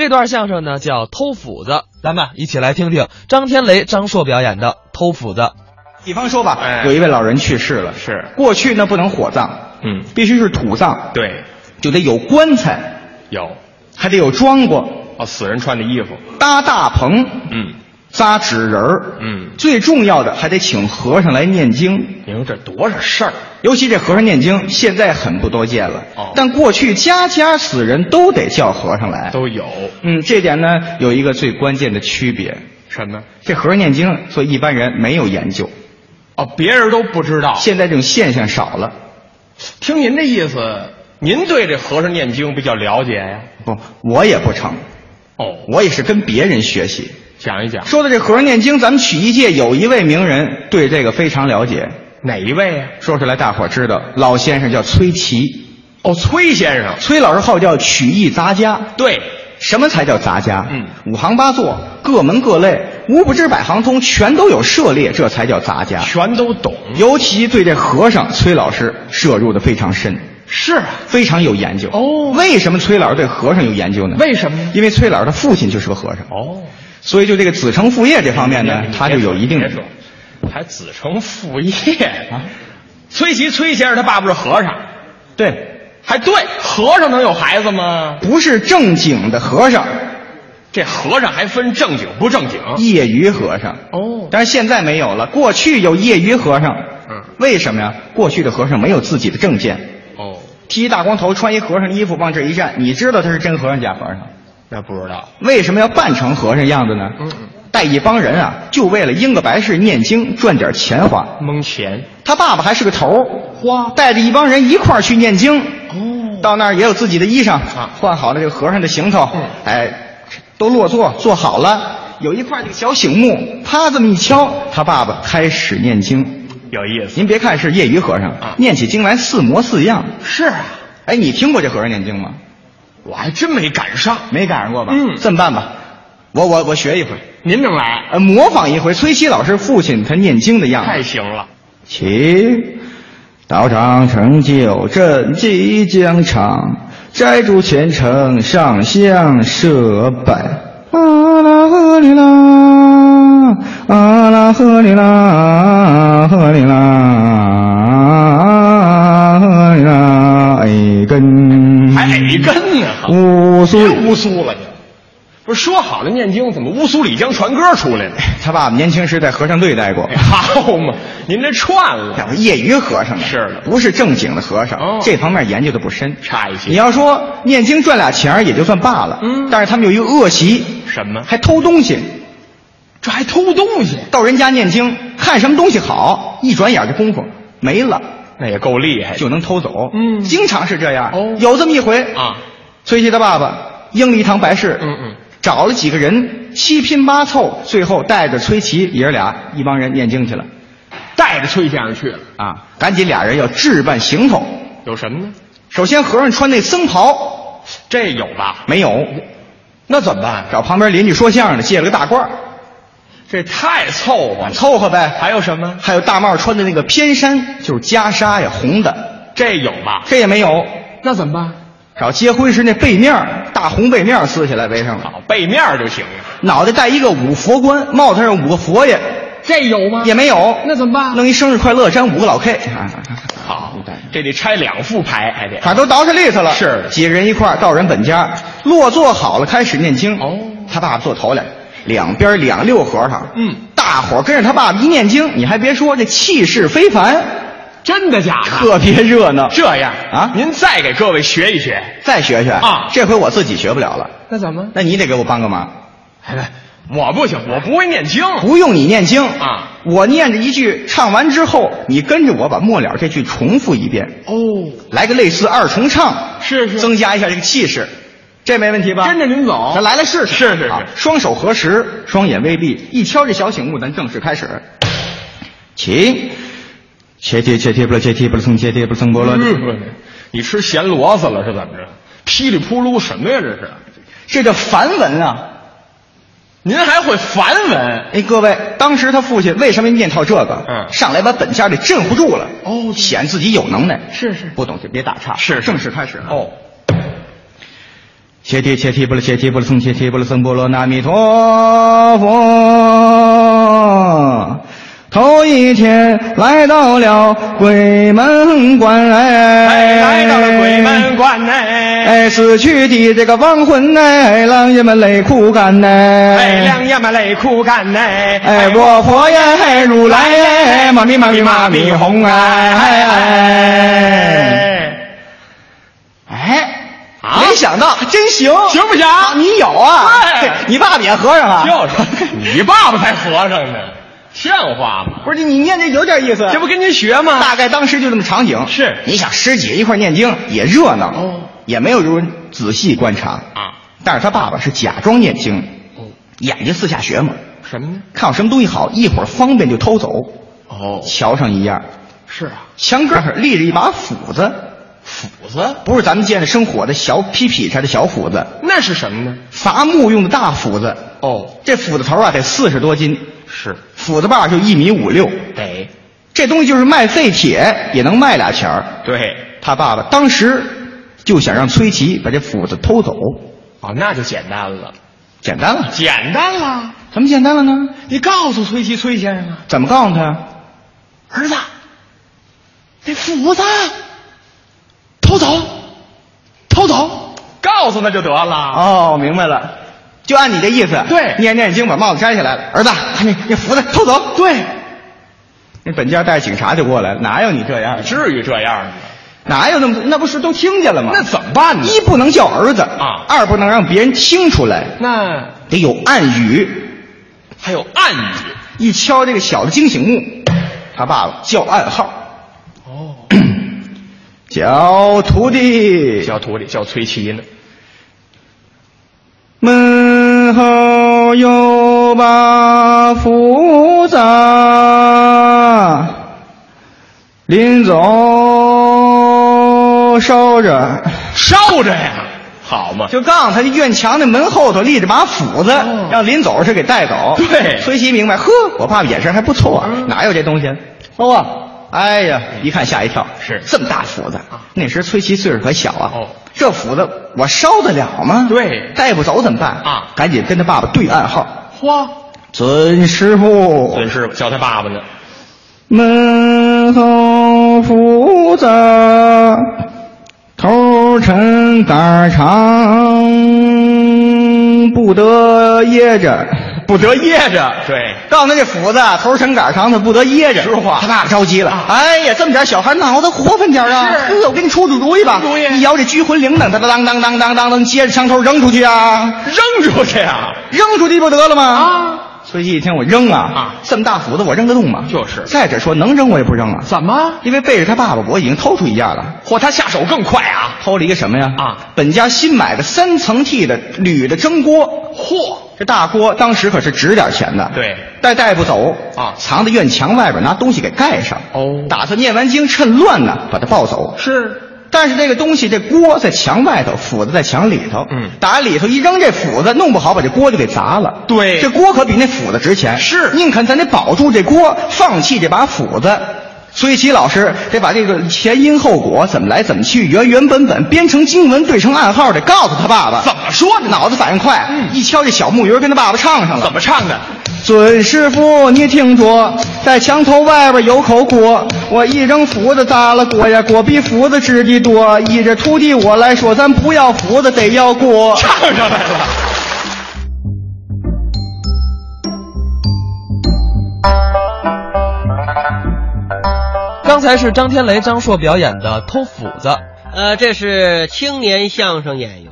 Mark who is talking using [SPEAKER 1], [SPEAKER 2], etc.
[SPEAKER 1] 这段相声呢叫《偷斧子》，咱们啊一起来听听张天雷、张硕表演的《偷斧子》。
[SPEAKER 2] 比方说吧，
[SPEAKER 3] 哎
[SPEAKER 2] 有一位老人去世了，
[SPEAKER 3] 是
[SPEAKER 2] 过去呢不能火葬，
[SPEAKER 3] 嗯
[SPEAKER 2] 必须是土葬，，
[SPEAKER 3] 对，
[SPEAKER 2] 就得有棺材，
[SPEAKER 3] 有
[SPEAKER 2] 还得有装过，
[SPEAKER 3] 哦，死人穿的衣服，
[SPEAKER 2] 搭大棚，
[SPEAKER 3] 嗯
[SPEAKER 2] 扎纸人儿，
[SPEAKER 3] 嗯，
[SPEAKER 2] 最重要的还得请和尚来念经。
[SPEAKER 3] 你说这多少事儿？
[SPEAKER 2] 尤其这和尚念经，现在很不多见了。
[SPEAKER 3] 哦
[SPEAKER 2] 但过去家家死人都得叫和尚来。
[SPEAKER 3] 都有
[SPEAKER 2] 嗯，这点呢有一个最关键的区别，
[SPEAKER 3] 什么？
[SPEAKER 2] 这和尚念经，所以一般人没有研究。
[SPEAKER 3] 哦，别人都不知道。
[SPEAKER 2] 现在这种现象少了。
[SPEAKER 3] 听您这意思，您对这和尚念经比较了解呀？
[SPEAKER 2] 不，我也不成，
[SPEAKER 3] 哦，
[SPEAKER 2] 我也是跟别人学习。
[SPEAKER 3] 讲一讲
[SPEAKER 2] 说到这和尚念经，咱们曲艺界有一位名人对这个非常了解，
[SPEAKER 3] 哪一位呀？
[SPEAKER 2] 说出来大伙儿知道。老先生叫崔琦，
[SPEAKER 3] 哦，崔先生。
[SPEAKER 2] 崔老师号叫曲艺杂家。
[SPEAKER 3] 对，
[SPEAKER 2] 什么才叫杂家？
[SPEAKER 3] 嗯
[SPEAKER 2] 五行八作，各门各类，无不知百行通，全都有涉猎，这才叫杂家。
[SPEAKER 3] 全都懂。
[SPEAKER 2] 尤其对这和尚崔老师涉入的非常深，
[SPEAKER 3] 是啊，
[SPEAKER 2] 非常有研究。
[SPEAKER 3] 哦
[SPEAKER 2] 为什么崔老师对和尚有研究呢？
[SPEAKER 3] 为什么呀
[SPEAKER 2] 因为崔老师的父亲就是个和尚。
[SPEAKER 3] 哦，
[SPEAKER 2] 所以就这个子承父业这方面呢，他就有一定
[SPEAKER 3] 哎别
[SPEAKER 2] 的
[SPEAKER 3] 说，还子承父业啊？崔琦崔先生他爸爸是和尚，
[SPEAKER 2] 对，
[SPEAKER 3] 还对，和尚能有孩子吗？
[SPEAKER 2] 不是正经的和尚，
[SPEAKER 3] 啊这和尚还分正经不正经
[SPEAKER 2] 业余和尚。
[SPEAKER 3] 哦
[SPEAKER 2] 但是现在没有了，过去有业余和尚。
[SPEAKER 3] 嗯
[SPEAKER 2] 为什么呀？过去的和尚没有自己的证件，
[SPEAKER 3] 哦，
[SPEAKER 2] 剃一大光头，穿一和尚衣服，往这一站，你知道他是真和尚假和尚。
[SPEAKER 3] 那不知道。
[SPEAKER 2] 为什么要扮成和尚样子呢？
[SPEAKER 3] 嗯嗯
[SPEAKER 2] 带一帮人啊，就为了应个白事念经赚点钱花。
[SPEAKER 3] 蒙钱
[SPEAKER 2] 他爸爸还是个头儿，花带着一帮人一块儿去念经。
[SPEAKER 3] 哦
[SPEAKER 2] 到那儿也有自己的衣裳
[SPEAKER 3] 啊
[SPEAKER 2] 换好了这个和尚的行头，
[SPEAKER 3] 嗯
[SPEAKER 2] 哎，都落座坐好了，有一块这个小醒木，啪这么一敲，他爸爸开始念经。
[SPEAKER 3] 有意思。
[SPEAKER 2] 您别看是业余和尚，
[SPEAKER 3] 啊
[SPEAKER 2] 念起经来似模似样。
[SPEAKER 3] 是啊，
[SPEAKER 2] 哎，你听过这和尚念经吗？
[SPEAKER 3] 我还真没赶上。
[SPEAKER 2] 没赶上过吧？
[SPEAKER 3] 嗯
[SPEAKER 2] 这么办吧，我我我学一回，
[SPEAKER 3] 您能来，
[SPEAKER 2] 呃，模仿一回崔西老师父亲他念经的样子。
[SPEAKER 3] 太行了。
[SPEAKER 2] 起，道场成就朕即将场，斋主虔诚上香设拜。阿拉赫里拉，阿拉赫里拉，赫里拉，赫里拉，哎根，
[SPEAKER 3] 嗯还矮根呢，
[SPEAKER 2] 乌苏
[SPEAKER 3] 别。乌苏了你。不是说好了念经，怎么乌苏里江船歌出来了？
[SPEAKER 2] 他爸爸年轻时在和尚队待过
[SPEAKER 3] 哎。好嘛，您这串
[SPEAKER 2] 那
[SPEAKER 3] 了，
[SPEAKER 2] 是业余和尚呢，
[SPEAKER 3] 是的
[SPEAKER 2] 不是正经的和尚，
[SPEAKER 3] 哦
[SPEAKER 2] 这方面研究的不深。
[SPEAKER 3] 差一
[SPEAKER 2] 你
[SPEAKER 3] 些。
[SPEAKER 2] 要说念经赚俩钱儿也就算罢了，
[SPEAKER 3] 嗯
[SPEAKER 2] 但是他们有一个恶习，
[SPEAKER 3] 什么
[SPEAKER 2] 还偷东西。
[SPEAKER 3] 这还偷东西，
[SPEAKER 2] 到人家念经，看什么东西好，一转眼这功夫没了，
[SPEAKER 3] 那也够厉害的。
[SPEAKER 2] 就能偷走。
[SPEAKER 3] 嗯
[SPEAKER 2] 经常是这样。
[SPEAKER 3] 哦
[SPEAKER 2] 有这么一回
[SPEAKER 3] 啊，
[SPEAKER 2] 崔琦他爸爸应了一堂白事，
[SPEAKER 3] 嗯嗯，
[SPEAKER 2] 找了几个人，七拼八凑，最后带着崔琦爷儿俩一帮人念经去了。
[SPEAKER 3] 带着崔先生去了。
[SPEAKER 2] 啊，赶紧俩人要置办行头。
[SPEAKER 3] 有什么呢？
[SPEAKER 2] 首先，和尚穿那僧袍
[SPEAKER 3] 这有吧？
[SPEAKER 2] 没有，
[SPEAKER 3] 那怎么办？
[SPEAKER 2] 找旁边邻居说相声的借了个大褂儿。
[SPEAKER 3] 这太凑合了。
[SPEAKER 2] 凑合呗。
[SPEAKER 3] 还有什么
[SPEAKER 2] 还有大帽穿的那个偏衫，就是袈裟呀，红的，
[SPEAKER 3] 这有吧？
[SPEAKER 2] 这也没有。
[SPEAKER 3] 那怎么办？
[SPEAKER 2] 找结婚时那背面儿，大红背面儿撕起来围上了，
[SPEAKER 3] 好，背面儿就行了。
[SPEAKER 2] 脑袋戴一个五佛冠，帽子上五个佛爷，
[SPEAKER 3] 这有吗
[SPEAKER 2] 也没有。
[SPEAKER 3] 那怎么办
[SPEAKER 2] 弄一生日快乐粘五个老 K，啊
[SPEAKER 3] 好，这得拆两副牌，还得
[SPEAKER 2] 反正都捯饬利索了。
[SPEAKER 3] 是
[SPEAKER 2] 几个人一块儿到人本家，落座好了，开始念经。
[SPEAKER 3] 哦
[SPEAKER 2] 他爸爸坐头来，两边两溜和尚。
[SPEAKER 3] 嗯，
[SPEAKER 2] 大伙儿跟着他爸爸一念经，你还别说，这气势非凡，
[SPEAKER 3] 真的假的？
[SPEAKER 2] 特别热闹。
[SPEAKER 3] 这样
[SPEAKER 2] 啊
[SPEAKER 3] 您再给各位学一学。
[SPEAKER 2] 再学学
[SPEAKER 3] 啊
[SPEAKER 2] 这回我自己学不了了，
[SPEAKER 3] 那怎么？
[SPEAKER 2] 那你得给我帮个忙。
[SPEAKER 3] 我不行，我不会念经。
[SPEAKER 2] 不用你念经
[SPEAKER 3] 啊，
[SPEAKER 2] 我念着一句，唱完之后，你跟着我把末了这句重复一遍，
[SPEAKER 3] 哦，
[SPEAKER 2] 来个类似二重唱，
[SPEAKER 3] 是是
[SPEAKER 2] 增加一下这个气势，这没问题吧？哦
[SPEAKER 3] 跟着您走
[SPEAKER 2] 咱来来试试。
[SPEAKER 3] 是是是
[SPEAKER 2] 啊双手合十，双眼微闭，一敲这小醒木，咱正式开始。起，切提切提不了切提不了蹭切提不了蹭不了。
[SPEAKER 3] 嗯，你吃咸螺丝了是怎么着？噼里扑噜什么呀？这是？
[SPEAKER 2] 这叫梵文啊。
[SPEAKER 3] 您还会梵文？
[SPEAKER 2] 哎，各位，当时他父亲为什么念叨这个？
[SPEAKER 3] 嗯
[SPEAKER 2] 上来把本家给镇不住了。
[SPEAKER 3] 哦
[SPEAKER 2] 显自己有能耐。
[SPEAKER 3] 是是哦
[SPEAKER 2] 不懂就别打岔。
[SPEAKER 3] 是是
[SPEAKER 2] 正式开始了。
[SPEAKER 3] 哦，
[SPEAKER 2] 切提切提波罗切提波罗僧切提波罗僧波罗那弥陀佛。头一天来到了鬼门关，哎，
[SPEAKER 3] 来到了鬼门关呢，哎，
[SPEAKER 2] 哎，死去的这个亡魂哎，狼爷们泪哭干呐，哎
[SPEAKER 3] 两爷们泪哭干呢，
[SPEAKER 2] 哎，我佛呀，哎如来哎，妈咪妈咪妈咪红哎哎哎，哎，
[SPEAKER 3] 啊
[SPEAKER 2] 没想到还真行，
[SPEAKER 3] 行不行
[SPEAKER 2] 啊你有啊？
[SPEAKER 3] 哎
[SPEAKER 2] 嘿你爸爸也和尚啊？
[SPEAKER 3] 就是你爸爸才和尚呢， 像话吗？
[SPEAKER 2] 不是你念这有点意思，
[SPEAKER 3] 这不跟您学吗？
[SPEAKER 2] 大概当时就这么场景。
[SPEAKER 3] 是
[SPEAKER 2] 你想师姐一块儿念经也热闹，
[SPEAKER 3] 哦
[SPEAKER 2] 也没有人仔细观察
[SPEAKER 3] 啊。
[SPEAKER 2] 但是他爸爸是假装念经，
[SPEAKER 3] 哦
[SPEAKER 2] 眼睛四下学嘛，
[SPEAKER 3] 什么呢？
[SPEAKER 2] 看有什么东西好，一会儿方便就偷走，
[SPEAKER 3] 哦
[SPEAKER 2] 瞧上一样。
[SPEAKER 3] 是啊，
[SPEAKER 2] 墙根儿立着一把斧子，
[SPEAKER 3] 斧子
[SPEAKER 2] 不是咱们见的生火的小劈劈柴的小斧子，
[SPEAKER 3] 那是什么呢？
[SPEAKER 2] 伐木用的大斧子。
[SPEAKER 3] 哦，
[SPEAKER 2] 这斧子头啊得四十多斤，
[SPEAKER 3] 是
[SPEAKER 2] 斧子把就一米五六，
[SPEAKER 3] 得
[SPEAKER 2] 这东西就是卖废铁也能卖俩钱儿。
[SPEAKER 3] 对
[SPEAKER 2] 他爸爸当时就想让崔琦把这斧子偷走，
[SPEAKER 3] 哦，那就简单了，
[SPEAKER 2] 简单了，
[SPEAKER 3] 简单了。
[SPEAKER 2] 怎么简单了呢？
[SPEAKER 3] 你告诉崔琦崔先生啊，
[SPEAKER 2] 怎么告诉他呀？
[SPEAKER 3] 儿子，那斧子偷走，偷走，告诉他就得了。啊，
[SPEAKER 2] 哦，明白了，就按你这意思，
[SPEAKER 3] 对
[SPEAKER 2] 念念经把帽子摘下来了，儿子，那那斧子偷走，对，那本家带警察就过来了，哪有你这样的？
[SPEAKER 3] 至于这样吗？
[SPEAKER 2] 哪有那么那不是都听见了吗？
[SPEAKER 3] 那怎么办呢？
[SPEAKER 2] 一不能叫儿子
[SPEAKER 3] 啊
[SPEAKER 2] 二不能让别人听出来，
[SPEAKER 3] 那
[SPEAKER 2] 得有暗语。
[SPEAKER 3] 还有暗语
[SPEAKER 2] 一敲这个小的惊醒木，他爸爸叫暗号，
[SPEAKER 3] 哦，
[SPEAKER 2] 小徒弟，
[SPEAKER 3] 小徒弟叫崔琦呢。
[SPEAKER 2] 门后有把斧子，临走收着。
[SPEAKER 3] 烧着呀，好嘛，
[SPEAKER 2] 就告诉他，院墙那门后头立着把斧子，
[SPEAKER 3] 哦
[SPEAKER 2] 让临走时给带走。
[SPEAKER 3] 对嗯
[SPEAKER 2] 崔琦明白，呵，我爸爸眼神还不错啊，哪有这东西？偷啊！哎呀，一看吓一跳，
[SPEAKER 3] 哦是啊
[SPEAKER 2] 这么大斧子。那时崔琦岁数可小啊，
[SPEAKER 3] 哦
[SPEAKER 2] 这斧子我烧得了吗？
[SPEAKER 3] 对
[SPEAKER 2] 带不走怎么办
[SPEAKER 3] 啊
[SPEAKER 2] 赶紧跟他爸爸对暗号，
[SPEAKER 3] 嚯，
[SPEAKER 2] 尊师傅，
[SPEAKER 3] 孙师傅叫他爸爸呢。
[SPEAKER 2] 门后斧子，头沉杆儿长，不得掖着。
[SPEAKER 3] 不得噎着。对，
[SPEAKER 2] 告诉他这斧子头沉杆儿长，他不得掖着。
[SPEAKER 3] 实话啊
[SPEAKER 2] 他爸爸着急了。哎呀，这么点小孩闹得活泛点儿啊！
[SPEAKER 3] 是
[SPEAKER 2] 呵，我给你出出主意吧。
[SPEAKER 3] 出主意
[SPEAKER 2] 一摇这拘魂铃，铛，当当当当当当当，接着枪头扔出去啊！
[SPEAKER 3] 扔出去啊呀、
[SPEAKER 2] 扔出去不得了吗？
[SPEAKER 3] 啊！
[SPEAKER 2] 崔琦一听我扔啊
[SPEAKER 3] 啊
[SPEAKER 2] 这么大斧子我扔得动吗？
[SPEAKER 3] 就是
[SPEAKER 2] 再者说能扔我也不扔啊。
[SPEAKER 3] 怎么？
[SPEAKER 2] 因为背着他爸爸，我已经偷出一架了。
[SPEAKER 3] 嚯，他下手更快啊！
[SPEAKER 2] 偷了一个什么呀？
[SPEAKER 3] 啊
[SPEAKER 2] 本家新买的三层屉的铝的蒸锅，
[SPEAKER 3] 嚯，
[SPEAKER 2] 这大锅当时可是值点钱的。
[SPEAKER 3] 对
[SPEAKER 2] 但带不走
[SPEAKER 3] 啊
[SPEAKER 2] 藏在院墙外边，拿东西给盖上。
[SPEAKER 3] 哦
[SPEAKER 2] 打算念完经趁乱呢把它抱走。
[SPEAKER 3] 是
[SPEAKER 2] 但是这个东西，这锅在墙外头，斧子在墙里头。
[SPEAKER 3] 嗯
[SPEAKER 2] 打里头一扔，这斧子弄不好把这锅就给砸了。
[SPEAKER 3] 对
[SPEAKER 2] 这锅可比那斧子值钱。
[SPEAKER 3] 是
[SPEAKER 2] 宁肯咱得保住这锅，放弃这把斧子。所以齐老师得把这个前因后果怎么来怎么去原原本本编成经文对成暗号得告诉他爸爸
[SPEAKER 3] 怎么说的呢？嗯
[SPEAKER 2] 脑子反应快，一敲这小木鱼儿跟他爸爸唱上了。
[SPEAKER 3] 怎么唱的？
[SPEAKER 2] 准师傅，你听着，在墙头外边有口锅，我一扔斧子砸了锅呀，锅比斧子值的多。依着徒弟我来说，咱不要斧子，得要锅。
[SPEAKER 3] 唱上来了。
[SPEAKER 1] 刚才是张天雷、张硕表演的《偷斧子》。
[SPEAKER 4] 呃，这是青年相声演员